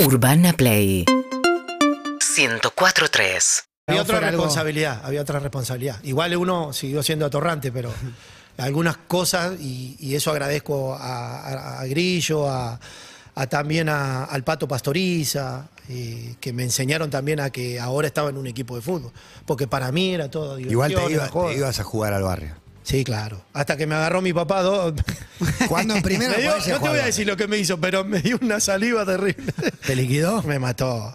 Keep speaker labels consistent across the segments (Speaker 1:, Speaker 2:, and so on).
Speaker 1: Urbana Play 104.3
Speaker 2: Había otra
Speaker 3: Vamos por algo.
Speaker 2: responsabilidad, había otra responsabilidad. Igual uno siguió siendo atorrante, pero algunas cosas, y, y eso agradezco a, a- a Grillo, a, a también a- al Pato Pastoriza, eh, que me enseñaron también a que ahora estaba en un equipo de fútbol. Porque para mí era todo diversión,
Speaker 4: Igual te,
Speaker 2: era
Speaker 4: iba-
Speaker 2: joda.
Speaker 4: te ibas a jugar al barrio.
Speaker 2: Sí, claro. Hasta que me agarró mi papá dos.
Speaker 4: Cuando en primera
Speaker 2: Me dio-
Speaker 4: podés ir
Speaker 2: no te
Speaker 4: jugar
Speaker 2: voy a
Speaker 4: al
Speaker 2: decir lo que me hizo, pero me dio una saliva terrible.
Speaker 4: ¿Te liquidó?
Speaker 2: Me mató.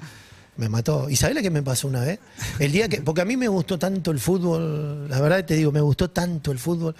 Speaker 2: Me mató. ¿Y sabés la que me pasó una vez? El día que. Porque a mí me gustó tanto el fútbol. La verdad te digo, me gustó tanto el fútbol.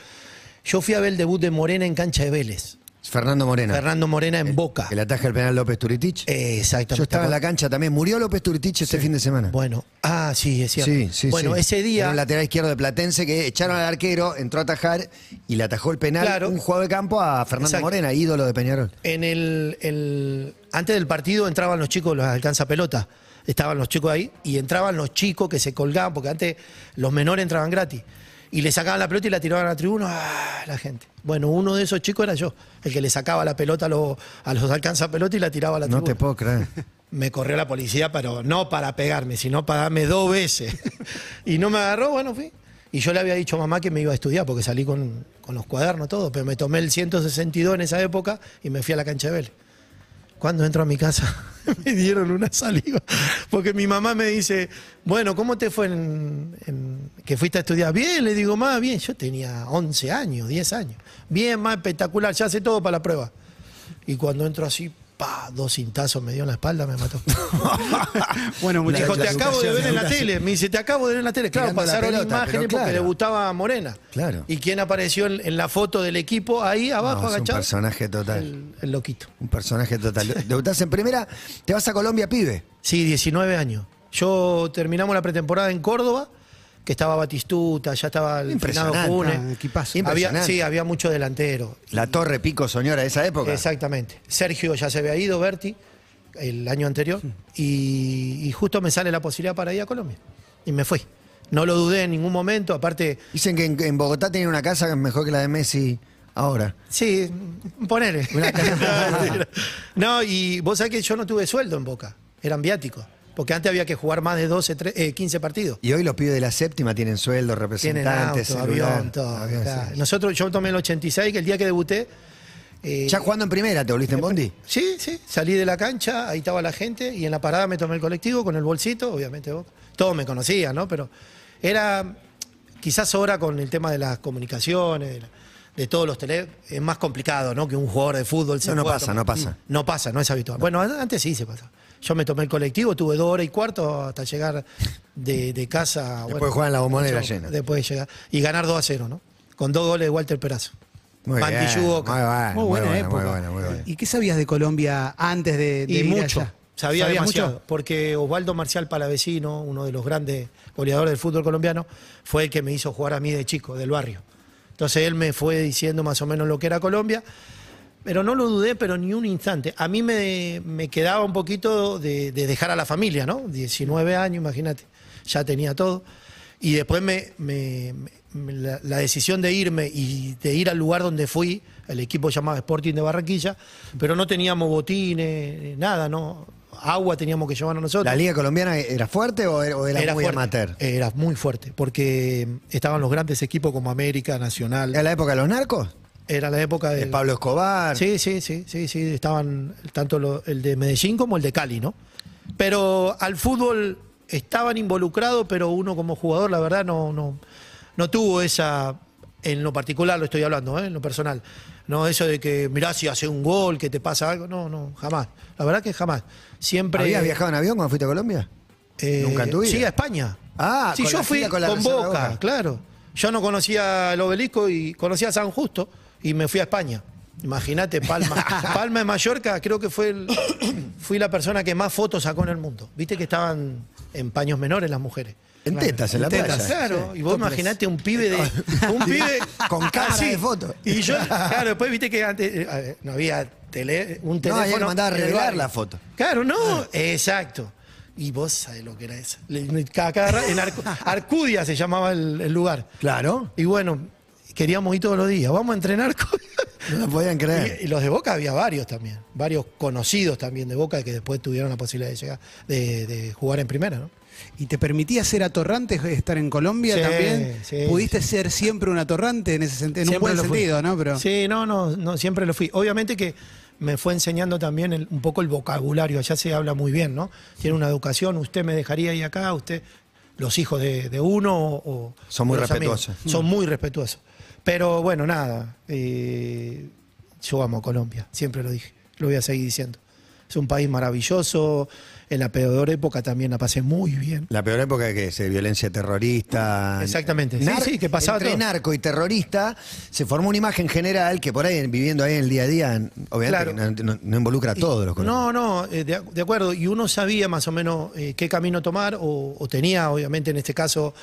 Speaker 2: Yo fui a ver el debut de Morena en cancha de Vélez.
Speaker 4: barrio. Fernando Morena.
Speaker 2: Fernando Morena en Boca.
Speaker 4: El ataje al penal López Turitich.
Speaker 2: Eh, Exactamente.
Speaker 4: Yo estaba en la
Speaker 2: ¿Te
Speaker 4: cancha también. Murió López Turitich este fin de semana.
Speaker 2: acordás? Bueno. Ah, sí, es cierto.
Speaker 4: Sí, sí,
Speaker 2: bueno,
Speaker 4: sí.
Speaker 2: ese
Speaker 4: Era
Speaker 2: día.
Speaker 4: un lateral izquierdo de Platense que echaron al arquero, entró a atajar y le atajó el penal.
Speaker 2: Claro.
Speaker 4: Un juego de campo a Fernando
Speaker 2: Exacto.
Speaker 4: Morena, ídolo de Peñarol.
Speaker 2: En el, el- antes del partido entraban los chicos, los alcanza pelota. Estaban los chicos ahí y entraban los chicos que se colgaban, porque antes los menores entraban gratis. Y le sacaban la pelota y la tiraban a la tribuna. ¡ah! la gente. Bueno, uno de esos chicos era yo, el que le sacaba la pelota a los, a los alcanza pelota y la tiraba a la
Speaker 4: No
Speaker 2: tribuna.
Speaker 4: te puedo creer.
Speaker 2: Me corrió la policía, pero no para pegarme, sino para darme dos veces. y no me agarró, bueno, fui. Y yo le había dicho a mamá que me iba a estudiar, porque salí con, con los cuadernos, todo. Pero me tomé el 162 en esa época y me fui a la cancha de Vélez. Cuando entro a mi casa, me dieron una saliva. Porque mi mamá me dice, bueno, ¿cómo te fue en, en- que fuiste a estudiar? Bien, le digo, más bien. Yo tenía 11 años, 10 años. Bien, más espectacular, ya hace todo para la prueba. Y cuando entro así, pa, dos cintazos me dio en la espalda, me mató.
Speaker 3: Bueno,
Speaker 2: Me dijo,
Speaker 3: muchachos,
Speaker 2: te
Speaker 4: la
Speaker 2: acabo de
Speaker 4: educación,
Speaker 2: ver en la
Speaker 4: la
Speaker 2: tele. Me dice, te acabo de ver en la tele. Claro,
Speaker 4: Tirando la
Speaker 2: pasaron
Speaker 4: pelota,
Speaker 2: imágenes
Speaker 4: pero
Speaker 2: porque le
Speaker 4: claro.
Speaker 2: gustaba a Morena.
Speaker 4: Claro.
Speaker 2: ¿Y quién apareció en, en la foto del equipo ahí abajo
Speaker 4: No, es un
Speaker 2: agachado?
Speaker 4: personaje total.
Speaker 2: El, el loquito.
Speaker 4: Un personaje total. Debutás en primera, te vas a Colombia, pibe.
Speaker 2: Sí, 19 años. Yo terminamos la pretemporada en Córdoba, que estaba Batistuta, ya estaba el finado
Speaker 4: Impresionante,
Speaker 3: ah,
Speaker 2: Funes.
Speaker 3: equipazo.
Speaker 2: Había,
Speaker 4: Impresionante.
Speaker 2: sí, había mucho delantero.
Speaker 4: La Torre Pico Soñora de esa época.
Speaker 2: Exactamente. Sergio ya se había ido, Berti, el año anterior, y, y justo me sale la posibilidad para ir a Colombia. Y me fui. No lo dudé en ningún momento, aparte,
Speaker 4: Dicen que en, en Bogotá tienen una casa mejor que la de Messi ahora.
Speaker 2: sí, poner. no, y vos sabés que yo no tuve sueldo en Boca, eran viáticos, porque antes había que jugar más de 12, tre- eh, 15 partidos.
Speaker 4: Y hoy los pibes de la séptima tienen sueldo,
Speaker 2: Tienen
Speaker 4: representantes,
Speaker 2: auto,
Speaker 4: celular,
Speaker 2: avión, todo.
Speaker 4: avión,
Speaker 2: claro.
Speaker 4: sí.
Speaker 2: Nosotros, yo tomé el 86, que el día que debuté, eh,
Speaker 4: Ya jugando en primera, ¿te volviste en Bondi?
Speaker 2: Sí, sí. Salí de la cancha, ahí estaba la gente y en la parada me tomé el colectivo con el bolsito, obviamente vos. Todos me conocían, ¿no? Pero era quizás ahora con el tema de las comunicaciones, de, la- de todos los tele, es más complicado, ¿no? Que un jugador de fútbol se
Speaker 4: No, no
Speaker 2: pueda
Speaker 4: pasa,
Speaker 2: tomar.
Speaker 4: no pasa.
Speaker 2: No pasa, no es habitual. Bueno, an- antes sí se pasa. Yo me tomé el colectivo, tuve dos horas y cuarto hasta llegar de, de casa.
Speaker 4: Después de jugar en la bombonera llena.
Speaker 2: Después de llegar. Y ganar 2 a 0, ¿no? Con dos goles de Walter Perazo.
Speaker 4: Muy bien,
Speaker 2: Bandiyu Boca.
Speaker 4: Muy, bueno,
Speaker 3: Muy buena
Speaker 4: muy
Speaker 3: época.
Speaker 4: Muy buena, muy buena.
Speaker 3: Eh, ¿Y qué sabías de Colombia antes de, de
Speaker 2: y
Speaker 3: ir
Speaker 2: mucho.
Speaker 3: allá?
Speaker 2: Sabía
Speaker 3: ¿Sabías
Speaker 2: demasiado, porque Osvaldo Marcial Palavecino, uno de los grandes goleadores del fútbol colombiano, fue el que me hizo jugar a mí de chico, del barrio. Entonces él me fue diciendo más o menos lo que era Colombia, pero no lo dudé, pero ni un instante. A mí me, me quedaba un poquito de, de dejar a la familia, ¿no? 19 años, imagínate, ya tenía todo. Y después me, me- me- la, la decisión de irme y de ir al lugar donde fui, el equipo llamado Sporting de Barranquilla, pero no teníamos botines, nada, ¿no? Agua teníamos que llevarnos nosotros.
Speaker 4: ¿La liga colombiana era fuerte o era, o era muy
Speaker 2: fuerte,
Speaker 4: amateur?
Speaker 2: Era muy fuerte, porque estaban los grandes equipos como América,
Speaker 4: ¿Era
Speaker 2: Nacional.
Speaker 4: la época de los narcos?
Speaker 2: Era la época
Speaker 4: ¿De
Speaker 2: del,
Speaker 4: Pablo Escobar?
Speaker 2: Sí, sí, sí, sí, sí, estaban tanto lo- el de Medellín como el de Cali, ¿no? Pero al fútbol estaban involucrados, pero uno como jugador, la verdad, no, no, no tuvo esa, en lo particular lo estoy hablando, ¿eh? en lo personal, no eso de que, mirá, si hace un gol, que te pasa algo, no, no, jamás, la verdad que jamás. Siempre...
Speaker 4: ¿Habías viajado en avión cuando fuiste a Colombia?
Speaker 2: Eh,
Speaker 4: Nunca en tu vida.
Speaker 2: Sí, a España.
Speaker 4: Ah,
Speaker 2: sí,
Speaker 4: con
Speaker 2: yo
Speaker 4: la
Speaker 2: fui
Speaker 4: gira,
Speaker 2: con,
Speaker 4: con la reserva
Speaker 2: Boca,
Speaker 4: Boca.
Speaker 2: claro. Yo no conocía el obelisco y conocía San Justo y me fui a España. Imagínate, Palma. Palma de Mallorca, creo que fue el- fui la persona que más fotos sacó en el mundo. Viste que estaban en paños menores las mujeres.
Speaker 4: En tetas, en la
Speaker 2: Tetas,
Speaker 4: playa.
Speaker 2: claro. Y vos imaginate un pibe de. Un pibe. Ah,
Speaker 4: Con cámara de foto.
Speaker 2: Y yo, claro, después viste que antes eh, a ver, no había tele, un
Speaker 4: No,
Speaker 2: teléfono.
Speaker 4: había que mandar a
Speaker 2: en el
Speaker 4: revelar
Speaker 2: barrio.
Speaker 4: la foto.
Speaker 2: Claro, no, exacto. Y vos sabés lo que era eso. Le- cada- cada ra- en Arcu- Arcudia se llamaba el, el lugar.
Speaker 4: Claro.
Speaker 2: Y bueno, queríamos ir todos los días. Vamos a entrenar con...
Speaker 4: No lo podían creer.
Speaker 2: Y, y los de Boca había varios también, varios conocidos también de Boca que después tuvieron la posibilidad de llegar, de, de jugar en primera, ¿no?
Speaker 3: ¿Y te permitía ser atorrante estar en Colombia
Speaker 2: Sí,
Speaker 3: también?
Speaker 2: sí,
Speaker 3: ¿Pudiste ser siempre un atorrante en ese sentido? En un buen
Speaker 2: lo fui.
Speaker 3: sentido, ¿no? Pero,
Speaker 2: Sí, no, no, no, siempre lo fui. Obviamente que me fue enseñando también el- un poco el vocabulario, allá se habla muy bien, ¿no? Tiene una educación, usted me dejaría ir acá, usted, los hijos de, de uno o... o-
Speaker 4: Son muy
Speaker 2: los amigos.
Speaker 4: respetuosos.
Speaker 3: Mm.
Speaker 2: Son muy respetuosos. Pero bueno, nada, eh, yo amo Colombia, siempre lo dije, lo voy a seguir diciendo. Es un país maravilloso, en la peor época también la pasé muy bien.
Speaker 4: La peor época que es eh, violencia terrorista.
Speaker 2: Exactamente. Sí,
Speaker 4: Nar-
Speaker 2: sí, que pasaba
Speaker 4: Entre
Speaker 2: todo.
Speaker 4: narco y terrorista se formó una imagen general que por ahí, viviendo ahí en el día a día, n- obviamente
Speaker 2: Claro.
Speaker 4: que no, no- no involucra a todos los colombianos.
Speaker 2: No, no, eh, de, de acuerdo. Y uno sabía más o menos eh, qué camino tomar o, o tenía, obviamente, en este caso,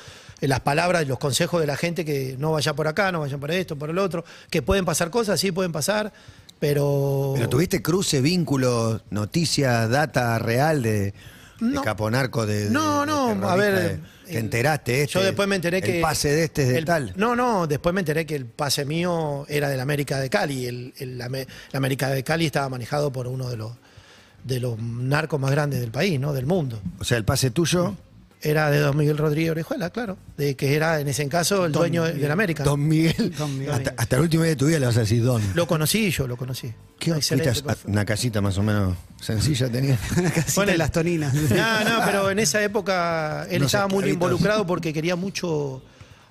Speaker 2: eh, las palabras y los consejos de la gente que no vaya por acá, no vayan por esto, por el otro, que pueden pasar cosas, sí pueden pasar, pero...
Speaker 4: Pero tuviste cruce, vínculos, noticias, data real de,
Speaker 2: No.
Speaker 4: caponarco, de, de-
Speaker 2: No,
Speaker 4: de
Speaker 2: no,
Speaker 4: terrorista,
Speaker 2: a ver,
Speaker 4: de- te
Speaker 2: eh,
Speaker 4: enteraste este,
Speaker 2: Yo después me enteré que...
Speaker 4: El pase de este es de
Speaker 2: el-
Speaker 4: tal.
Speaker 2: No, no, después me enteré que el pase mío era de la América de Cali. El, el Ame- la América de Cali estaba manejado por uno de los, de los narcos más grandes del país, ¿no? Del mundo.
Speaker 4: O sea, el pase tuyo,
Speaker 2: Era de Don Miguel Rodríguez Orejuela, claro. De que era en ese caso el dueño de la América.
Speaker 4: Don Miguel,
Speaker 3: Don Miguel.
Speaker 4: Hasta, hasta el último día de tu vida le vas a decir Don.
Speaker 2: Lo conocí yo, lo conocí.
Speaker 4: ¿Qué
Speaker 2: Excelente
Speaker 4: fuiste a- a-
Speaker 2: profe.
Speaker 4: Una casita más o menos sencilla tenía.
Speaker 3: una casita
Speaker 2: Bueno,
Speaker 3: de las toninas.
Speaker 4: Ah,
Speaker 2: No, no, pero en esa época él
Speaker 4: Unos
Speaker 2: estaba muy
Speaker 4: esclavitos.
Speaker 2: involucrado porque quería mucho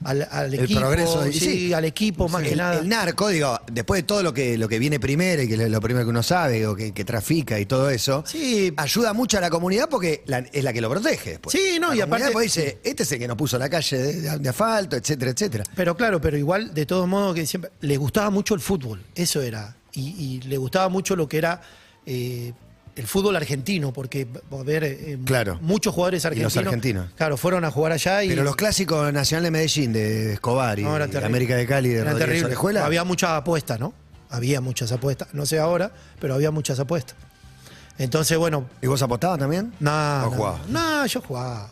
Speaker 2: al, al
Speaker 4: El
Speaker 2: equipo.
Speaker 4: progreso, y
Speaker 2: sí,
Speaker 4: sí.
Speaker 2: al equipo más
Speaker 4: el,
Speaker 2: que nada.
Speaker 4: el narco, digo, después de todo lo que, lo que viene primero y que lo, lo primero que uno sabe, o que, que trafica y todo eso,
Speaker 2: Sí.
Speaker 4: ayuda mucho a la comunidad porque la- es la que lo protege después.
Speaker 2: Sí, no,
Speaker 4: La
Speaker 2: y aparte-
Speaker 4: comunidad después dice, este es el que nos puso la calle de, de- de asfalto, etcétera, etcétera.
Speaker 2: Pero claro, pero igual, de todos modos, que siempre le gustaba mucho el fútbol, eso era. Y, y le gustaba mucho lo que era eh, el fútbol argentino, porque va a haber eh,
Speaker 4: Claro.
Speaker 2: muchos jugadores
Speaker 4: Y
Speaker 2: argentinos.
Speaker 4: los argentinos.
Speaker 2: Claro, fueron a jugar allá y.
Speaker 4: Pero los clásicos Nacional de Medellín, de Escobar y,
Speaker 2: No, era
Speaker 4: de
Speaker 2: terrible.
Speaker 4: América de Cali, de
Speaker 2: Era
Speaker 4: Rodríguez
Speaker 2: terrible.
Speaker 4: Orejuela,
Speaker 2: Había muchas apuestas, ¿no? Había muchas apuestas. No sé ahora, pero había muchas apuestas. Entonces, bueno,
Speaker 4: ¿Y vos apostabas también?
Speaker 2: nada.
Speaker 4: ¿O jugabas?
Speaker 2: No, yo jugaba.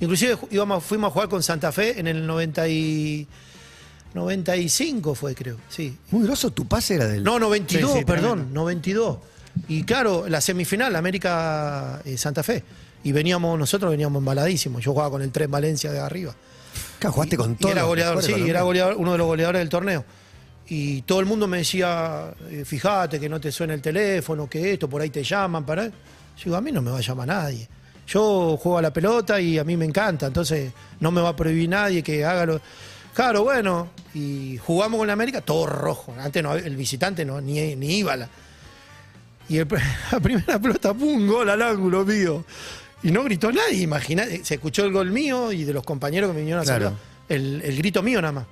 Speaker 2: Inclusive ju- íbamos, fuimos a jugar con Santa Fe en el 90 y 95 fue, creo. Sí.
Speaker 4: Muy grosso, tu pase era del.
Speaker 2: No, 92,
Speaker 3: Sí, sí,
Speaker 2: perdón,
Speaker 3: tremendo.
Speaker 2: 92. Y claro, la semifinal, América eh, Santa Fe. Y veníamos, nosotros veníamos embaladísimos. Yo jugaba con el Tren Valencia de arriba.
Speaker 4: Claro, jugaste con
Speaker 2: Y
Speaker 4: todo.
Speaker 2: era goleador, sí, era goleador, uno de los goleadores del torneo. Y todo el mundo me decía, eh, fíjate que no te suena el teléfono, que esto, por ahí te llaman, para. Yo digo, a mí no me va a llamar nadie. Yo juego a la pelota y a mí me encanta, entonces no me va a prohibir nadie que haga lo. Claro, bueno, y jugamos con la América, todo rojo. Antes no, había- el visitante no, ni, ni iba a la. Y el pr- la primera pelota, pum, un gol al ángulo mío. Y no gritó nadie, imagínate. Se escuchó el gol mío y de los compañeros que me vinieron a
Speaker 4: Claro.
Speaker 2: saludar. El, el grito mío nada más.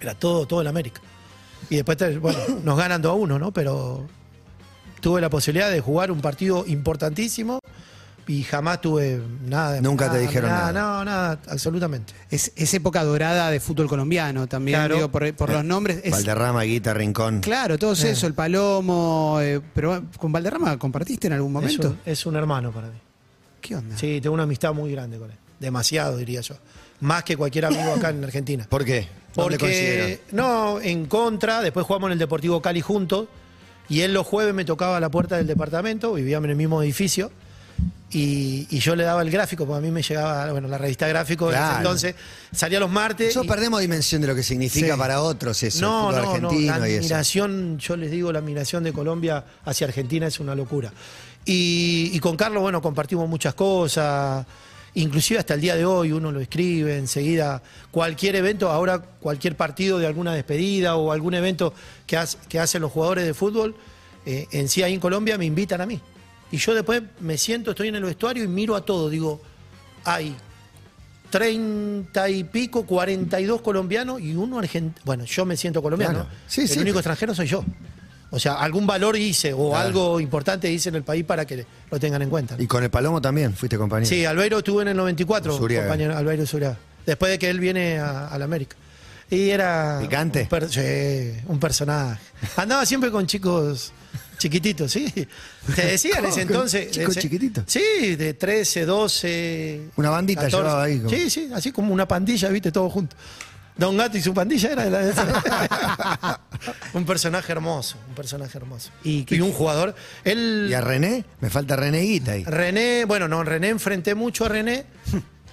Speaker 2: Era todo, todo el América. Y después, te- bueno, nos ganan 2 a 1, ¿no? Pero tuve la posibilidad de jugar un partido importantísimo y jamás tuve nada. de-
Speaker 4: Nunca te dijeron nada.
Speaker 2: No, nada, absolutamente.
Speaker 3: Es, es época dorada de fútbol colombiano también,
Speaker 2: Claro. Eh,
Speaker 3: digo, por, por los nombres. Es-
Speaker 4: Valderrama, Guita, Rincón.
Speaker 3: claro, todo eso, el Palomo. eh, pero con Valderrama compartiste en algún
Speaker 2: Es
Speaker 3: momento.
Speaker 2: un, es un hermano para mí.
Speaker 3: ¿Qué
Speaker 4: Ah.
Speaker 3: onda?
Speaker 2: Sí, tengo una amistad muy grande con él. Demasiado, diría yo. Más que cualquier amigo acá en Argentina.
Speaker 4: ¿Por qué? ¿Dónde
Speaker 2: Porque,
Speaker 4: coincidieron?
Speaker 2: no, en contra, después jugamos en el Deportivo Cali juntos, y él los jueves me tocaba a la puerta del departamento, vivíamos en el mismo edificio, y, y yo le daba el gráfico, porque a mí me llegaba, bueno, la revista gráfico de
Speaker 4: Claro.
Speaker 2: ese entonces, salía los martes.
Speaker 4: Nosotros
Speaker 2: y-
Speaker 4: perdemos dimensión de lo que significa
Speaker 3: Sí.
Speaker 4: para otros eso,
Speaker 2: no,
Speaker 4: el
Speaker 2: no,
Speaker 4: fútbol
Speaker 2: no,
Speaker 4: argentino
Speaker 2: la
Speaker 4: y eso.
Speaker 2: admiración, yo les digo, la admiración de Colombia hacia Argentina es una locura. Y, y con Carlos, bueno, compartimos muchas cosas, inclusive hasta el día de hoy uno lo escribe, enseguida cualquier evento, ahora cualquier partido de alguna despedida o algún evento que, hace- que hacen los jugadores de fútbol, eh, en sí ahí en Colombia me invitan a mí. Y yo después me siento, estoy en el vestuario y miro a todo, digo, hay treinta y pico, 42 colombianos y uno argentino. Bueno, yo me siento colombiano.
Speaker 4: Claro. Sí,
Speaker 2: el
Speaker 4: sí.
Speaker 2: único extranjero soy yo. O sea, algún valor hice o
Speaker 4: Claro.
Speaker 2: algo importante hice en el país para que lo tengan en cuenta. ¿no?
Speaker 4: Y con el Palomo también fuiste compañero.
Speaker 2: Sí, Albeiro estuvo en el 94,
Speaker 4: Zuriaga.
Speaker 2: compañero Albeiro Zuriaga. Después de que él viene a, a la América. Y era.
Speaker 4: ¿Picante?
Speaker 2: Un per- sí, un personaje. Andaba siempre con chicos chiquititos, sí. Te decía en ese
Speaker 4: ¿Con
Speaker 2: entonces.
Speaker 4: chicos
Speaker 2: ese-
Speaker 4: chiquititos?
Speaker 2: Sí, de 13, 12.
Speaker 4: Una bandita llevaba ahí, como-
Speaker 2: Sí, sí, así como una pandilla, viste, todo junto. Don Gato y su pandilla era de la un personaje hermoso, un personaje hermoso.
Speaker 3: ¿Y
Speaker 2: Y,
Speaker 3: qué-
Speaker 2: un jugador. Él,
Speaker 4: ¿Y a René? Me falta René Guita ahí.
Speaker 2: René, bueno, no, René enfrenté mucho a René.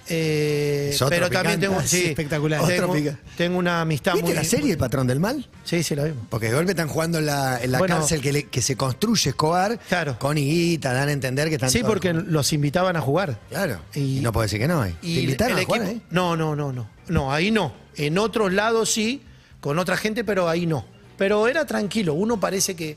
Speaker 2: eh,
Speaker 4: Es otro
Speaker 2: pero también
Speaker 4: picante.
Speaker 2: tengo,
Speaker 4: Es
Speaker 2: sí,
Speaker 3: espectacular.
Speaker 4: Otro
Speaker 2: Tengo,
Speaker 4: pica-
Speaker 2: tengo una amistad
Speaker 4: ¿Viste
Speaker 2: muy.
Speaker 4: la serie El Patrón del Mal?
Speaker 2: Sí, sí, la vimos.
Speaker 4: Porque de golpe están jugando en la, en la
Speaker 2: Bueno.
Speaker 4: cárcel que, le- que se construye Escobar
Speaker 2: Claro.
Speaker 4: con Higuita, dan a entender que están
Speaker 2: Sí,
Speaker 4: todos-
Speaker 2: porque los invitaban a jugar.
Speaker 4: Claro, y,
Speaker 2: Y-
Speaker 4: no puede decir que no. ahí. ¿Te
Speaker 2: Y
Speaker 4: invitaron
Speaker 2: el
Speaker 4: a jugar eh.
Speaker 2: equipo-
Speaker 4: ahí?
Speaker 2: No, no, no, no. No, ahí no. En otros lados sí, con otra gente, pero ahí no. Pero era tranquilo. Uno parece que,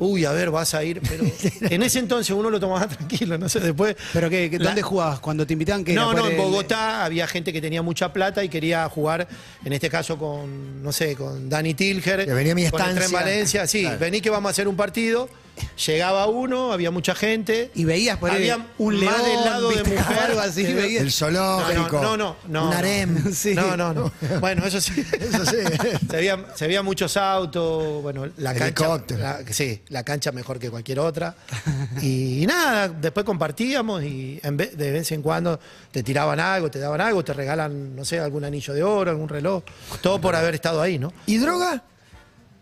Speaker 2: uy, a ver, vas a ir. Pero en ese entonces uno lo tomaba tranquilo, no sé, después.
Speaker 3: ¿Pero qué, qué-
Speaker 2: La-
Speaker 3: dónde jugabas? Cuando te invitaban que
Speaker 2: No, no, en Bogotá había gente que tenía mucha plata y quería jugar, en este caso con, no sé, con Dani Tilger.
Speaker 4: Que venía a mi
Speaker 2: Con el Tren
Speaker 4: estancia.
Speaker 2: Valencia, sí,
Speaker 4: Claro.
Speaker 2: vení que vamos a hacer un partido. Llegaba uno, había mucha gente.
Speaker 3: Y veías por ahí
Speaker 2: Había
Speaker 3: un león,
Speaker 2: más del lado de
Speaker 3: ¿viste?
Speaker 2: mujer,
Speaker 3: algo así,
Speaker 2: eh,
Speaker 3: veías.
Speaker 4: El zoológico.
Speaker 2: No, no, no, no,
Speaker 4: Un
Speaker 2: no.
Speaker 4: harem.
Speaker 3: Sí.
Speaker 2: No, no, no. Bueno, eso sí.
Speaker 4: Eso sí.
Speaker 2: se, veía- se veía muchos autos, bueno, la cancha.
Speaker 4: Helicóptero.
Speaker 2: la- sí, la cancha mejor que cualquier otra. Y, nada, después compartíamos y en vez- de vez en cuando te tiraban algo, te daban algo, te regalan, no sé, algún anillo de oro, algún reloj. Todo por haber estado ahí, ¿no?
Speaker 4: ¿Y droga?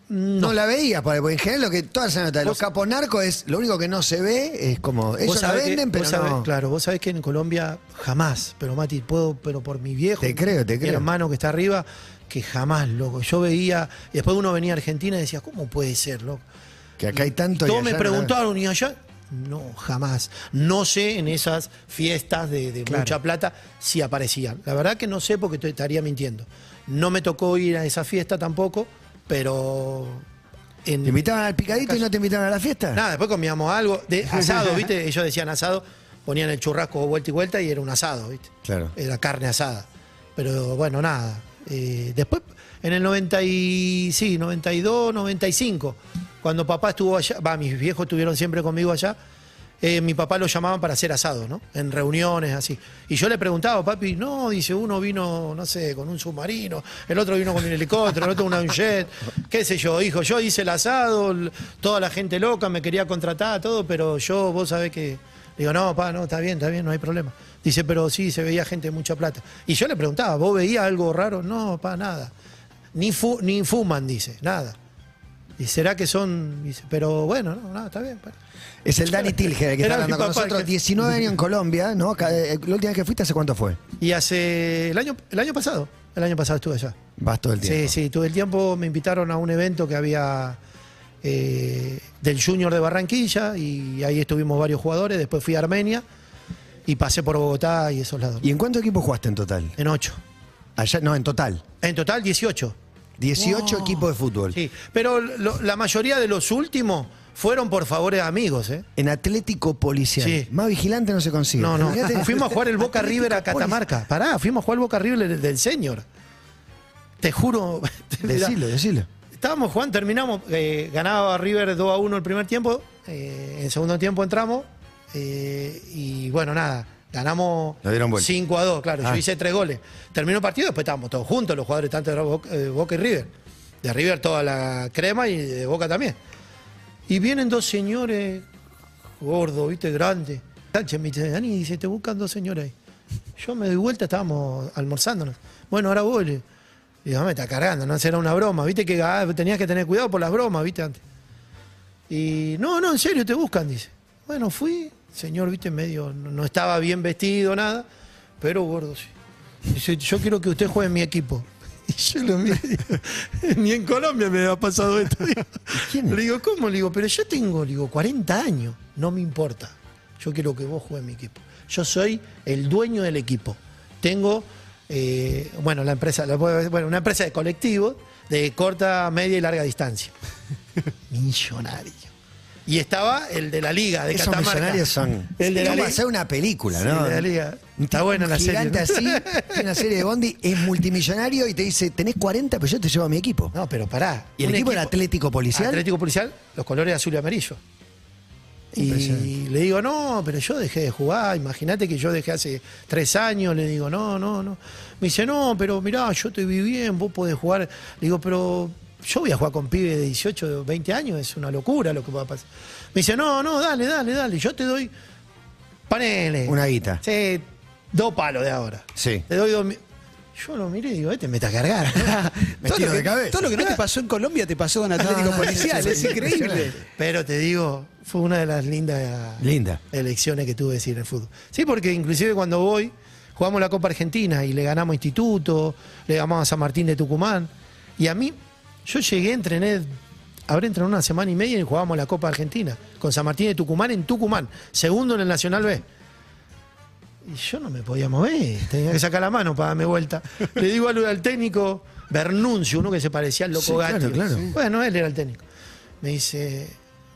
Speaker 2: Mm,
Speaker 4: No. la veía, porque porque en general lo que todas se nota de los capos narcos es lo único que no se ve, es como, ellos la
Speaker 2: sabés que-
Speaker 4: venden, pero
Speaker 2: vos sabés-
Speaker 4: no.
Speaker 2: Claro, vos sabés que en Colombia jamás, pero Mati, puedo, pero por mi viejo,
Speaker 4: Te creo, te creo.
Speaker 2: mi hermano que está arriba, que jamás, loco. Yo veía, y después uno venía a Argentina y decía, ¿cómo puede ser, loco?
Speaker 4: Que acá hay tanto y
Speaker 2: Todos
Speaker 4: allá
Speaker 2: me
Speaker 4: no la
Speaker 2: preguntaron, ¿y allá? No, jamás. No sé en esas fiestas de, de mucha plata si aparecían. La verdad que no sé porque te estaría mintiendo. No me tocó ir a esa fiesta tampoco, pero. en-
Speaker 4: ¿Te invitaban al picadito y no te invitaban a la fiesta?
Speaker 2: Nada, después comíamos algo de asado, ¿viste? Ellos decían asado, ponían el churrasco vuelta y vuelta y era un asado, ¿viste?
Speaker 4: Claro.
Speaker 2: Era carne asada. Pero bueno, nada. Eh, después, en el 90 y, sí, 92, 95, cuando papá estuvo allá, va, mis viejos estuvieron siempre conmigo allá, eh, mi papá lo llamaban para hacer asado, ¿no? En reuniones, así. Y yo le preguntaba, papi, no, dice, uno vino, no sé, con un submarino, el otro vino con un helicóptero, el otro con un jet, qué sé yo, hijo, yo hice el asado, l- toda la gente loca me quería contratar, todo, pero yo, vos sabés que... Le digo, no, papá, no, está bien, está bien, no hay problema. Dice, pero sí, se veía gente de mucha plata. Y yo le preguntaba, ¿vos veías algo raro? No, papá, nada. Ni, fu- ni fuman, dice, nada. Y será que son, dice, pero bueno, no, nada, está bien. bueno".
Speaker 4: Es el Dani Tilger el que está
Speaker 2: Era
Speaker 4: hablando
Speaker 2: mi
Speaker 4: con
Speaker 2: papá el
Speaker 4: nosotros.
Speaker 2: que-
Speaker 4: 19 años en Colombia, ¿no? Ca- eh, La última vez que fuiste, ¿hace cuánto fue?
Speaker 2: Y hace el año, el año pasado, el año pasado estuve allá.
Speaker 4: Vas todo el
Speaker 2: Sí,
Speaker 4: tiempo.
Speaker 2: sí, todo el tiempo me invitaron a un evento que había eh, del Junior de Barranquilla y ahí estuvimos varios jugadores, después fui a Armenia y pasé por Bogotá y esos lados.
Speaker 4: ¿Y en cuántos equipos jugaste en total?
Speaker 2: En ocho.
Speaker 4: Allá, no, en total.
Speaker 2: En total 18.
Speaker 4: 18 equipos de fútbol.
Speaker 2: Sí, pero lo- la mayoría de los últimos fueron por favores amigos, ¿eh?
Speaker 4: En Atlético Policial.
Speaker 2: Sí.
Speaker 4: Más vigilante no se consigue.
Speaker 2: No, no.
Speaker 4: Fíjate.
Speaker 2: Fuimos a jugar el Boca River a Catamarca. Pará, fuimos a jugar el Boca River del, del Senior. Te juro. mira,
Speaker 4: Decilo, decilo.
Speaker 2: Estábamos Juan, terminamos. eh, ganaba River 2 a 1 el primer tiempo. eh, en segundo tiempo entramos. eh, y bueno, nada. Ganamos
Speaker 4: Lo dieron vuelta.
Speaker 2: 5 a 2, claro.
Speaker 4: Ah.
Speaker 2: Yo hice 3 goles. Terminó el partido, después estábamos todos juntos, los jugadores tanto de Boca, eh, Boca y River. De River toda la crema y de Boca también. Y vienen dos señores gordos, viste, grandes. Sánchez me dice, Dani, dice, te buscan dos señores ahí. Yo me doy vuelta, estábamos almorzándonos. Bueno, ahora voy. le- Y yo, me está cargando, no será una broma. Viste que ah, tenías que tener cuidado por las bromas, viste, antes. Y no, no, en serio, te buscan, dice. Bueno, fui, señor, viste, medio, no, no estaba bien vestido, nada, pero gordo, sí. Dice, yo quiero que usted juegue en mi equipo. Y yo lo miré, digo, ni en Colombia me ha pasado esto. digo.
Speaker 4: ¿Quién es?
Speaker 2: Le digo, ¿cómo? Le digo, pero yo tengo, le digo, 40 años, no me importa. Yo quiero que vos juegues en mi equipo. Yo soy el dueño del equipo. Tengo, eh, bueno, la empresa, la puedo- bueno, una empresa de colectivos de corta, media y larga distancia. Millonario. Y estaba el de la liga de
Speaker 4: Esos
Speaker 2: Catamarca.
Speaker 4: millonarios son.
Speaker 2: El de la
Speaker 4: Esto va
Speaker 2: liga.
Speaker 4: a ser una película,
Speaker 2: Sí,
Speaker 4: ¿no?
Speaker 2: el de la liga.
Speaker 4: Un
Speaker 2: Está
Speaker 4: tipo
Speaker 2: buena la serie,
Speaker 4: gigante
Speaker 2: ¿no?
Speaker 4: así, tiene una serie de Bondi, es multimillonario y te dice, tenés 40, pero yo te llevo a mi equipo.
Speaker 2: No, pero pará.
Speaker 4: ¿Y el
Speaker 2: Un
Speaker 4: equipo, era Atlético Policial?
Speaker 2: Atlético Policial, los colores azul y amarillo. Y
Speaker 4: Impresionante.
Speaker 2: le digo, no, pero yo dejé de jugar, imagínate que yo dejé hace tres años, le digo, no, no, no. Me dice, no, pero mirá, yo te vi bien, vos podés jugar. Le digo, pero yo voy a jugar con pibes de 18, 20 años, es una locura lo que va a pasar. Me dice, no, no, dale, dale, dale, yo te doy, panele.
Speaker 4: Una guita.
Speaker 2: Sí, dos palos de ahora.
Speaker 4: Sí.
Speaker 2: Te doy dos mi- Yo lo miré y digo, este me está a cargar.
Speaker 4: Me tiro de cabeza.
Speaker 3: todo lo que no te pasó en Colombia te pasó con Atlético
Speaker 4: Ah,
Speaker 3: Policial,
Speaker 4: sí,
Speaker 3: es
Speaker 4: sí,
Speaker 3: increíble.
Speaker 4: impresionante.
Speaker 2: Pero te digo, fue una de las lindas
Speaker 1: Linda.
Speaker 2: elecciones que tuve decir en el fútbol. Sí, porque inclusive cuando voy, jugamos la Copa Argentina y le ganamos a Instituto, le ganamos a San Martín de Tucumán. Y a mí, yo llegué, entrené, habré entrenado una semana y media y jugábamos la Copa Argentina con San Martín de Tucumán en Tucumán, segundo en el Nacional B. Y yo no me podía mover, tenía que sacar la mano para darme vuelta. Le digo al, al técnico Bernuncio, uno que se parecía al loco
Speaker 4: Sí, claro,
Speaker 2: Gatti.
Speaker 4: claro.
Speaker 2: Bueno, él era el técnico. Me dice,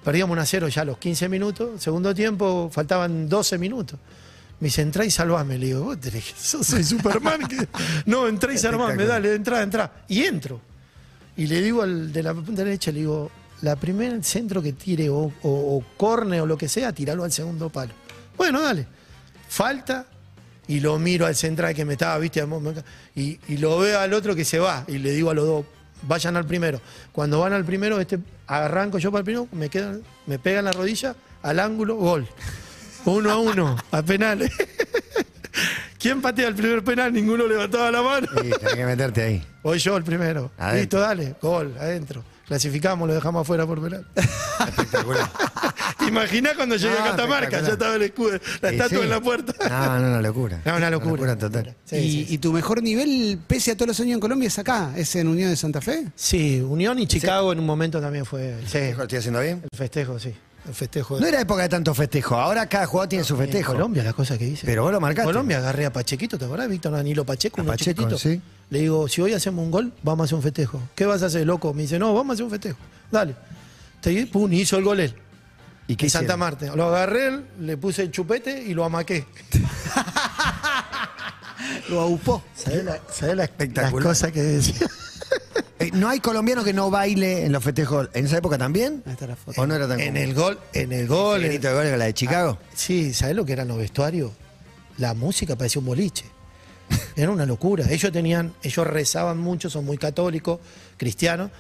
Speaker 2: perdíamos 1 a 0 ya a los 15 minutos, segundo tiempo, faltaban 12 minutos. Me dice, entrá y salvame. Le digo, vos tenés que- yo soy Superman. que- No, entrá y salvame, dale, entrá, entrá. Y entro. Y le digo al de la punta derecha, le digo, la primer centro que tire o, o, o corne o lo que sea, tiralo al segundo palo. Bueno, dale. Falta y lo miro al central que me estaba, viste, y, y lo veo al otro que se va y le digo a los dos, vayan al primero. Cuando van al primero, este arranco yo para el primero, me quedan, me pegan la rodilla, al ángulo, gol. Uno a uno, a penales. ¿Quién patea el primer penal? Ninguno levantaba la mano.
Speaker 4: Sí, tenés que meterte ahí.
Speaker 2: Voy yo el primero.
Speaker 4: Adentro.
Speaker 2: Listo, dale. Gol, adentro. Clasificamos, lo dejamos afuera por penal.
Speaker 4: Espectacular.
Speaker 2: ¿Te imaginás cuando llegué
Speaker 4: Ah,
Speaker 2: a Catamarca?
Speaker 4: espectacular.
Speaker 2: Ya estaba el escudo, la
Speaker 4: Y
Speaker 2: estatua
Speaker 4: sí.
Speaker 2: en la puerta.
Speaker 4: No, no, una locura.
Speaker 2: No, una locura.
Speaker 4: total.
Speaker 2: Sí,
Speaker 3: y,
Speaker 2: sí, sí.
Speaker 3: y tu mejor nivel, pese a todos los años en Colombia, es acá, es en Unión de Santa Fe.
Speaker 2: Sí, Unión y Chicago en un momento también fue. Sí,
Speaker 4: ¿Lo
Speaker 2: el
Speaker 4: estoy haciendo bien?
Speaker 2: festejo, sí. El festejo. de-
Speaker 4: No era época de tanto festejo. Ahora cada jugador tiene su
Speaker 2: en
Speaker 4: festejo.
Speaker 2: Colombia, la cosa que hice.
Speaker 4: Pero vos lo marcaste.
Speaker 2: Colombia agarré a Pachequito, ¿te acordás? Víctor Danilo Pacheco,
Speaker 4: A
Speaker 2: un
Speaker 4: Pacheco,
Speaker 2: chiquitito.
Speaker 4: sí.
Speaker 2: Le digo, si hoy hacemos un gol, vamos a hacer un festejo. ¿Qué vas a hacer, loco? Me dice, no, vamos a hacer un festejo. Dale. Te di- pum, hizo el gol él.
Speaker 4: ¿Y
Speaker 2: en Santa
Speaker 4: hicieron?
Speaker 2: Marta. Lo agarré, le puse el chupete y lo amaqué.
Speaker 3: Lo aupó.
Speaker 2: ¿Sabés la, sabés la- las
Speaker 4: Espectacular.
Speaker 2: cosas que decía?
Speaker 4: Eh, ¿No hay colombiano que no baile en los festejos en esa época también?
Speaker 3: Ahí está la foto.
Speaker 4: ¿O no era tan
Speaker 2: En
Speaker 4: común? Ah,
Speaker 2: el gol, en el
Speaker 4: Ese
Speaker 2: gol. en-
Speaker 4: grito de gol era la de Chicago.
Speaker 2: Sí, ¿sabés lo que eran los vestuarios? La música parecía un boliche. Era una locura. Ellos tenían, ellos rezaban mucho, son muy católicos, cristianos.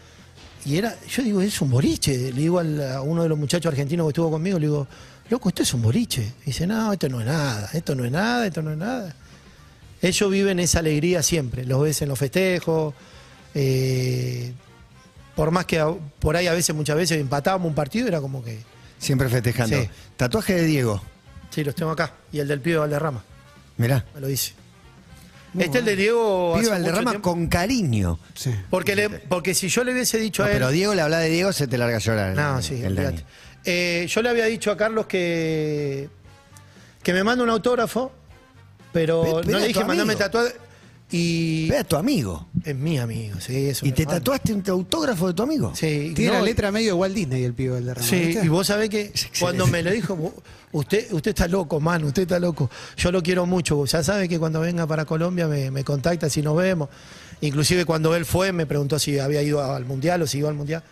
Speaker 2: Y era, yo digo, es un boliche. Le digo al- a uno de los muchachos argentinos que estuvo conmigo, le digo, loco, esto es un boliche. Y dice, no, esto no es nada, esto no es nada, esto no es nada. Ellos viven esa alegría siempre, los ves en los festejos. eh, por más que a- por ahí a veces, muchas veces empatábamos un partido, era como que,
Speaker 4: Siempre festejando.
Speaker 2: Sí.
Speaker 4: Tatuaje de Diego.
Speaker 2: sí, los tengo acá. Y el del pibe Valderrama.
Speaker 4: Mirá.
Speaker 2: Me lo dice. este el de Diego. hace
Speaker 4: Pibe
Speaker 2: mucho
Speaker 4: Valderrama
Speaker 2: tiempo.
Speaker 4: con cariño.
Speaker 3: Sí.
Speaker 2: Porque, le, porque si yo le hubiese dicho
Speaker 4: No,
Speaker 2: a él.
Speaker 4: pero Diego le habla de Diego, se te larga a llorar.
Speaker 2: no,
Speaker 4: el-
Speaker 2: sí,
Speaker 4: el Dani.
Speaker 2: olvídate. Eh, yo le había dicho a Carlos que. que me manda un autógrafo,
Speaker 4: Pe-
Speaker 2: pero
Speaker 4: pero
Speaker 2: no
Speaker 4: era
Speaker 2: le dije
Speaker 4: tu
Speaker 2: mandame
Speaker 4: amigo".
Speaker 2: tatuaje. Y.
Speaker 4: Ve a tu amigo.
Speaker 2: Es mi amigo, sí, eso.
Speaker 4: ¿Y te tatuaste un autógrafo de tu amigo?
Speaker 2: Sí,
Speaker 3: Tiene
Speaker 2: no,
Speaker 3: la letra medio de Walt Disney el pibe del derrama.
Speaker 2: Sí,
Speaker 3: ¿viste?
Speaker 2: y vos sabés que cuando me lo dijo, "Vos- usted, usted está loco, man, usted está loco. Yo lo quiero mucho. Ya sabe que cuando venga para Colombia me, me contacta si nos vemos. Inclusive cuando él fue me preguntó si había ido al Mundial o si iba al Mundial.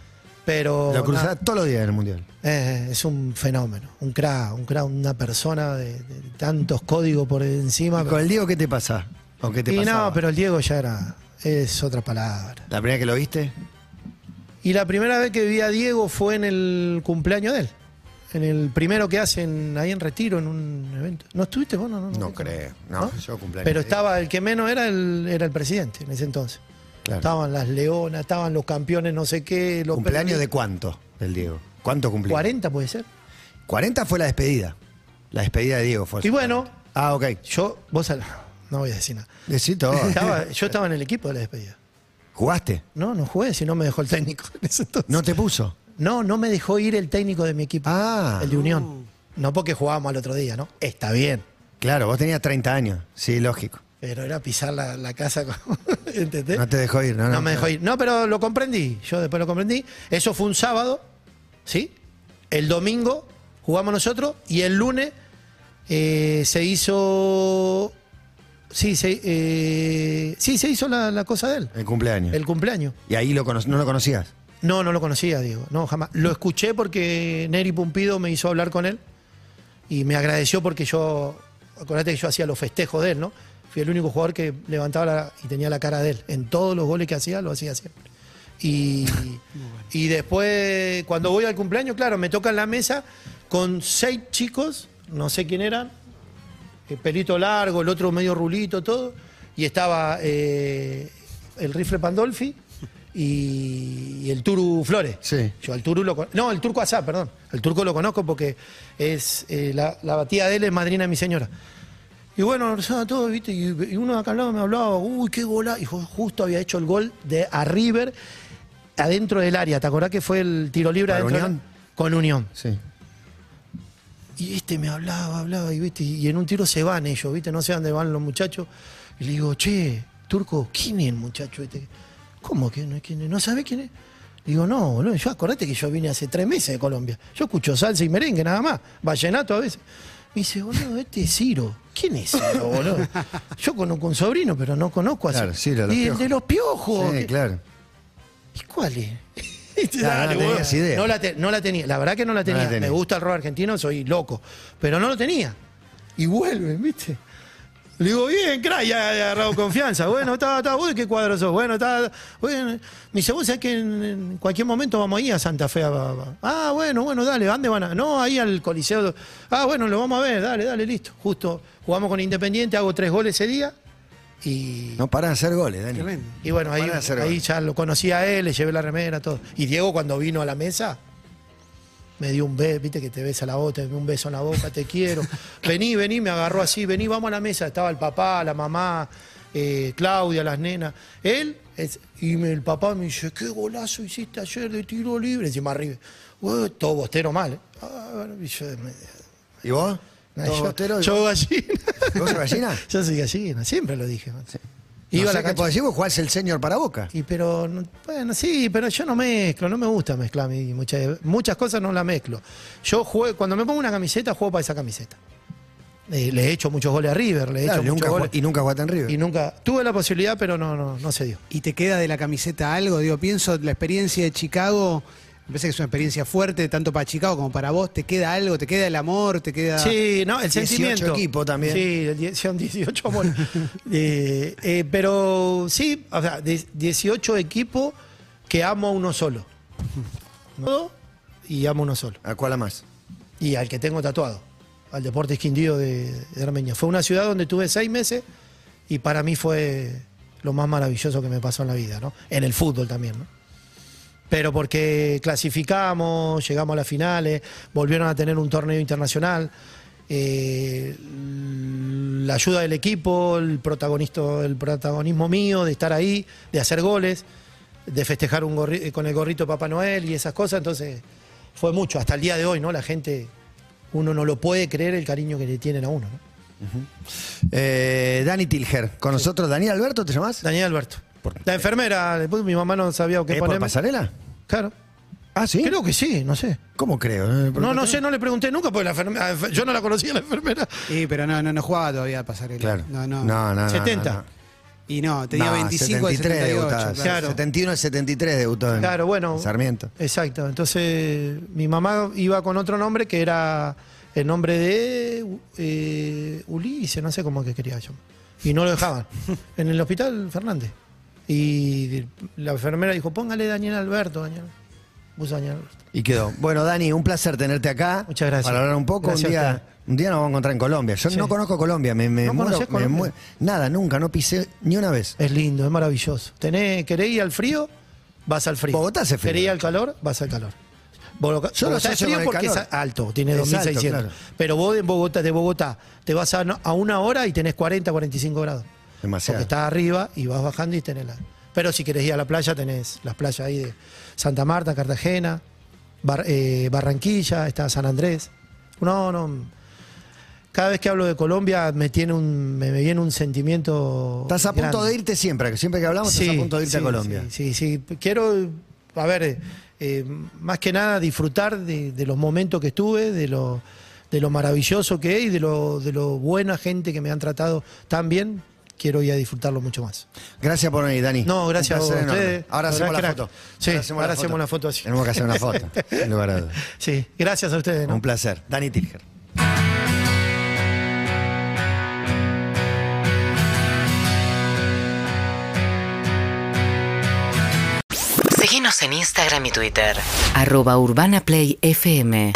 Speaker 2: Pero
Speaker 4: Lo cruzaba
Speaker 2: nada,
Speaker 4: todos los días en el mundial.
Speaker 2: eh, es un fenómeno, un cra, un cra, una persona de, de tantos códigos por encima.
Speaker 4: ¿Y con el Diego qué te pasa? ¿O qué te
Speaker 2: y
Speaker 4: pasaba?
Speaker 2: no, pero el Diego ya era, es otra palabra.
Speaker 4: ¿La primera que lo viste?
Speaker 2: Y la primera vez que vi a Diego fue en el cumpleaños de él. En el primero que hacen ahí en Retiro, en un evento. ¿No estuviste vos? No, no, no.
Speaker 4: No, yo cumpleaños.
Speaker 2: Pero estaba, el que menos era el, era el presidente en ese entonces.
Speaker 4: Claro.
Speaker 2: Estaban las leonas, estaban los campeones, no sé qué. Los
Speaker 4: ¿Cumpleaños de
Speaker 2: peronistas.
Speaker 4: cuánto el Diego? ¿Cuánto cumplió?
Speaker 2: 40 puede ser.
Speaker 4: 40 fue la despedida. La despedida de Diego fue.
Speaker 2: Y bueno,
Speaker 4: Ah, ok.
Speaker 2: yo, vos, sal- no voy a decir nada.
Speaker 4: Decí todo.
Speaker 2: Estaba- yo estaba en el equipo de la despedida.
Speaker 4: ¿Jugaste?
Speaker 2: No, no jugué, si no me dejó el técnico en ese entonces.
Speaker 4: ¿No te puso?
Speaker 2: No, no me dejó ir el técnico de mi equipo,
Speaker 4: Ah,
Speaker 2: el de Unión. No porque jugábamos al otro día, ¿no? Está bien.
Speaker 4: claro, vos tenías 30 años. Sí, lógico.
Speaker 2: Pero era pisar la, la casa, con- ¿entendés?
Speaker 4: No te dejó ir, no, no.
Speaker 2: ¿Eh? No me dejó ir. No, pero lo comprendí. Yo después lo comprendí. Eso fue un sábado, ¿sí? El domingo jugamos nosotros y el lunes eh, se hizo. Sí, se, eh, sí, se hizo la, la cosa de él,
Speaker 4: El cumpleaños.
Speaker 2: el cumpleaños.
Speaker 4: Y ahí lo cono- no lo conocías.
Speaker 2: No, no lo conocía, Diego. No, jamás. Lo escuché porque Neri Pumpido me hizo hablar con él y me agradeció porque yo. Acordate que yo hacía los festejos de él, ¿no? Fui el único jugador que levantaba la- y tenía la cara de él. En todos los goles que hacía, lo hacía siempre. Y, y después, cuando voy al cumpleaños, claro, me toca en la mesa con seis eh, chicos, no sé quién eran, el pelito largo, el otro medio rulito, todo. y estaba eh, el rifle Pandolfi y, y el Turu Flores.
Speaker 4: Sí.
Speaker 2: Yo al Turu lo con- No, el Turco Asá, perdón. El Turco lo conozco porque es eh, la, la batida de él es madrina de mi señora. Y bueno, empezaba todo, ¿viste? Y, y uno de acá al lado me hablaba, uy, qué bola. Y ju- justo había hecho el gol de a River adentro del área. ¿Te acordás que fue el tiro libre
Speaker 4: ¿Para
Speaker 2: adentro? del-
Speaker 4: Unión?
Speaker 2: Con Unión.
Speaker 4: Sí.
Speaker 2: Y este me hablaba, hablaba, y viste, y en un tiro se van ellos, viste, no sé dónde van los muchachos. Y le digo, che, turco, ¿quién es el muchacho este? ¿Cómo que no es quién es? ¿No sabés quién es? Le digo, no, boludo, yo acordate que yo vine hace tres meses de Colombia. Yo escucho salsa y merengue nada más, vallenato a veces. Me dice, boludo, este es Ciro. ¿Quién es Ciro, boludo? Yo conozco un sobrino, pero no conozco a
Speaker 4: Claro, Ciro, los
Speaker 2: Y el
Speaker 4: piojos.
Speaker 2: de los piojos.
Speaker 4: Sí,
Speaker 2: ¿Qué-
Speaker 4: claro.
Speaker 2: ¿Y cuál es?
Speaker 4: Claro, no
Speaker 2: boludo.
Speaker 4: tenías idea.
Speaker 2: No la, te- no la tenía, la verdad que no la tenía.
Speaker 4: tenía.
Speaker 2: Me gusta el rock argentino, soy loco, pero no lo tenía. Y vuelven, ¿viste? Le digo, bien, crack, ya he agarrado confianza. Bueno, está, está, uy, qué cuadro sos. Bueno, está, bueno. Me dice, vos sabés que en, en cualquier momento vamos ahí a Santa Fe. a- a- a- Ah, bueno, bueno, dale, ¿a ¿dónde van? A? No, ahí al Coliseo. Ah, bueno, lo vamos a ver, dale, dale, listo. Justo jugamos con Independiente, hago tres goles ese día y
Speaker 4: No paran de hacer goles, Dani.
Speaker 3: Tremendo.
Speaker 2: y bueno, ahí,
Speaker 4: Van a hacer
Speaker 2: ahí
Speaker 4: goles.
Speaker 2: ya lo conocí a él, le llevé la remera, todo. Y Diego cuando vino a la mesa, me dio un beso, viste que te besa la boca, te dio un beso en la boca, te quiero. Vení, vení, me agarró así, vení, vamos a la mesa. Estaba el papá, la mamá, eh, Claudia, las nenas. Él, es- y me- el papá me dice, qué golazo hiciste ayer de tiro libre, encima arriba. Ué, todo bostero mal. ¿eh? Ah, bueno, y yo, me-
Speaker 4: ¿Y vos?
Speaker 2: yo-
Speaker 4: ¿Todo bostero? ¿Y
Speaker 2: yo
Speaker 4: vos?
Speaker 2: gallina.
Speaker 4: ¿Vos sos gallina?
Speaker 2: yo soy gallina, siempre lo dije. ¿no?
Speaker 4: No
Speaker 2: Iba a
Speaker 4: sé
Speaker 2: la
Speaker 4: qué
Speaker 2: cancha-
Speaker 4: podés decir, vos jugás el senior para Boca.
Speaker 2: y pero, no- bueno, sí, pero yo no mezclo, no me gusta mezclar. a mí Muchas, muchas cosas no las mezclo. Yo juego, cuando me pongo una camiseta, juego para esa camiseta. Eh, le he hecho muchos goles a River, le he
Speaker 4: Claro,
Speaker 2: hecho
Speaker 4: nunca
Speaker 2: muchos
Speaker 4: jugó-
Speaker 2: goles.
Speaker 4: y nunca jugaste en
Speaker 2: Y,
Speaker 4: River.
Speaker 2: nunca, tuve la posibilidad, pero no, no, no se dio.
Speaker 3: ¿Y te queda de la camiseta algo? Digo, pienso la experiencia de Chicago, me parece que es una experiencia fuerte, tanto para Chicago como para vos. ¿Te queda algo? ¿Te queda el amor? ¿Te queda.?
Speaker 2: Sí, no, el
Speaker 4: 18
Speaker 2: sentimiento.
Speaker 4: equipo también.
Speaker 2: Sí, el die- son 18 amores. Eh, eh, pero sí, o sea, de- 18 equipos que amo a uno solo. ¿No? Y amo a uno solo.
Speaker 4: ¿A cuál más?
Speaker 2: y al que tengo tatuado, al Deportes Quindío de, de Armenia. Fue una ciudad donde tuve seis meses y para mí fue lo más maravilloso que me pasó en la vida, ¿no? En el fútbol también, ¿no? Pero porque clasificamos, llegamos a las finales, volvieron a tener un torneo internacional, eh, la ayuda del equipo, el, protagonista, el protagonismo mío de estar ahí, de hacer goles, de festejar un gorri- eh, con el gorrito de Papá Noel y esas cosas, entonces fue mucho, hasta el día de hoy, ¿no? La gente, uno no lo puede creer el cariño que le tienen a uno, ¿no?
Speaker 4: Eh, Dani Tilger. Con nosotros, Daniel Alberto, ¿te llamás?
Speaker 2: Daniel Alberto. La enfermera, después mi mamá no sabía qué
Speaker 4: ¿Eh, ¿Por
Speaker 2: ponerme.
Speaker 4: pasarela?
Speaker 2: Claro.
Speaker 4: Ah, ¿sí?
Speaker 2: Creo que sí, no sé.
Speaker 4: ¿Cómo creo? Eh, ¿por
Speaker 2: No,
Speaker 4: qué
Speaker 2: no
Speaker 4: creo?
Speaker 2: sé, no le pregunté nunca, porque la enfermera, yo no la conocía la enfermera.
Speaker 3: Sí, pero no, no, no jugaba todavía a pasar el.
Speaker 4: Claro.
Speaker 3: No, no.
Speaker 4: no, no, no,
Speaker 2: 70.
Speaker 4: no, no.
Speaker 3: Y no, tenía
Speaker 4: No,
Speaker 3: 25 al
Speaker 4: 73
Speaker 3: 78.
Speaker 4: debutaba.
Speaker 3: claro.
Speaker 2: Claro.
Speaker 4: 71 al 73 debutó en
Speaker 2: Claro, bueno.
Speaker 4: Sarmiento.
Speaker 2: Exacto. Entonces, mi mamá iba con otro nombre que era el nombre de eh, Ulises, no sé cómo que quería yo. Y no lo dejaban. en el hospital Fernández. Y la enfermera dijo, póngale Daniel Alberto, Daniel. Puso Daniel Alberto.
Speaker 4: Y quedó. Bueno, Dani, un placer tenerte acá.
Speaker 2: Muchas gracias.
Speaker 4: Para hablar un poco.
Speaker 2: Gracias
Speaker 4: un,
Speaker 2: a
Speaker 4: día,
Speaker 2: ustedes.
Speaker 4: un día nos vamos a encontrar en Colombia. Yo
Speaker 2: Sí.
Speaker 4: no conozco Colombia. Me, me
Speaker 2: ¿No
Speaker 4: muero.
Speaker 2: conocés
Speaker 4: me
Speaker 2: Colombia?
Speaker 4: muero. Nada, nunca. No pisé ni una vez.
Speaker 2: Es lindo, es maravilloso. Tenés, ¿Querés ir al frío? Vas al frío.
Speaker 4: Bogotá hace frío.
Speaker 2: ¿Querés ir al calor? Vas al calor. Bogotá,
Speaker 4: Yo lo
Speaker 2: Bogotá es
Speaker 4: asocio
Speaker 2: frío
Speaker 4: con el
Speaker 2: porque
Speaker 4: calor.
Speaker 2: es alto, tiene
Speaker 4: Es
Speaker 2: 2600.
Speaker 4: alto, claro.
Speaker 2: Pero vos de Bogotá, de Bogotá te vas a, a una hora y tenés 40, 45 grados.
Speaker 4: Demasiado.
Speaker 2: Porque estás arriba y vas bajando y tenés la. Pero si querés ir a la playa, tenés las playas ahí de Santa Marta, Cartagena, Bar- eh, Barranquilla, está San Andrés. No, no. Cada vez que hablo de Colombia me tiene un, me, me viene un sentimiento.
Speaker 4: Estás a punto
Speaker 2: grande.
Speaker 4: de irte siempre. Siempre que hablamos, estás a punto de irte
Speaker 2: sí,
Speaker 4: a Colombia.
Speaker 2: Sí, sí, sí. Quiero, a ver, eh, eh, más que nada disfrutar de, de los momentos que estuve, de lo, de lo maravilloso que es y de lo, de lo buena gente que me han tratado tan bien. Quiero ir a disfrutarlo mucho más.
Speaker 4: Gracias por venir, Dani.
Speaker 2: No, gracias
Speaker 4: Un placer
Speaker 2: a
Speaker 4: enorme.
Speaker 2: ustedes.
Speaker 4: Ahora hacemos la
Speaker 2: Gracias,
Speaker 4: foto.
Speaker 2: crack. Sí, ahora hacemos la foto así.
Speaker 4: Tenemos que hacer una foto. sin lugar a dudas.
Speaker 2: Sí, gracias a ustedes. ¿no?
Speaker 4: Un placer. Dani Tilger.
Speaker 1: Síguenos en Instagram y Twitter.
Speaker 5: arroba urbanaplayfm.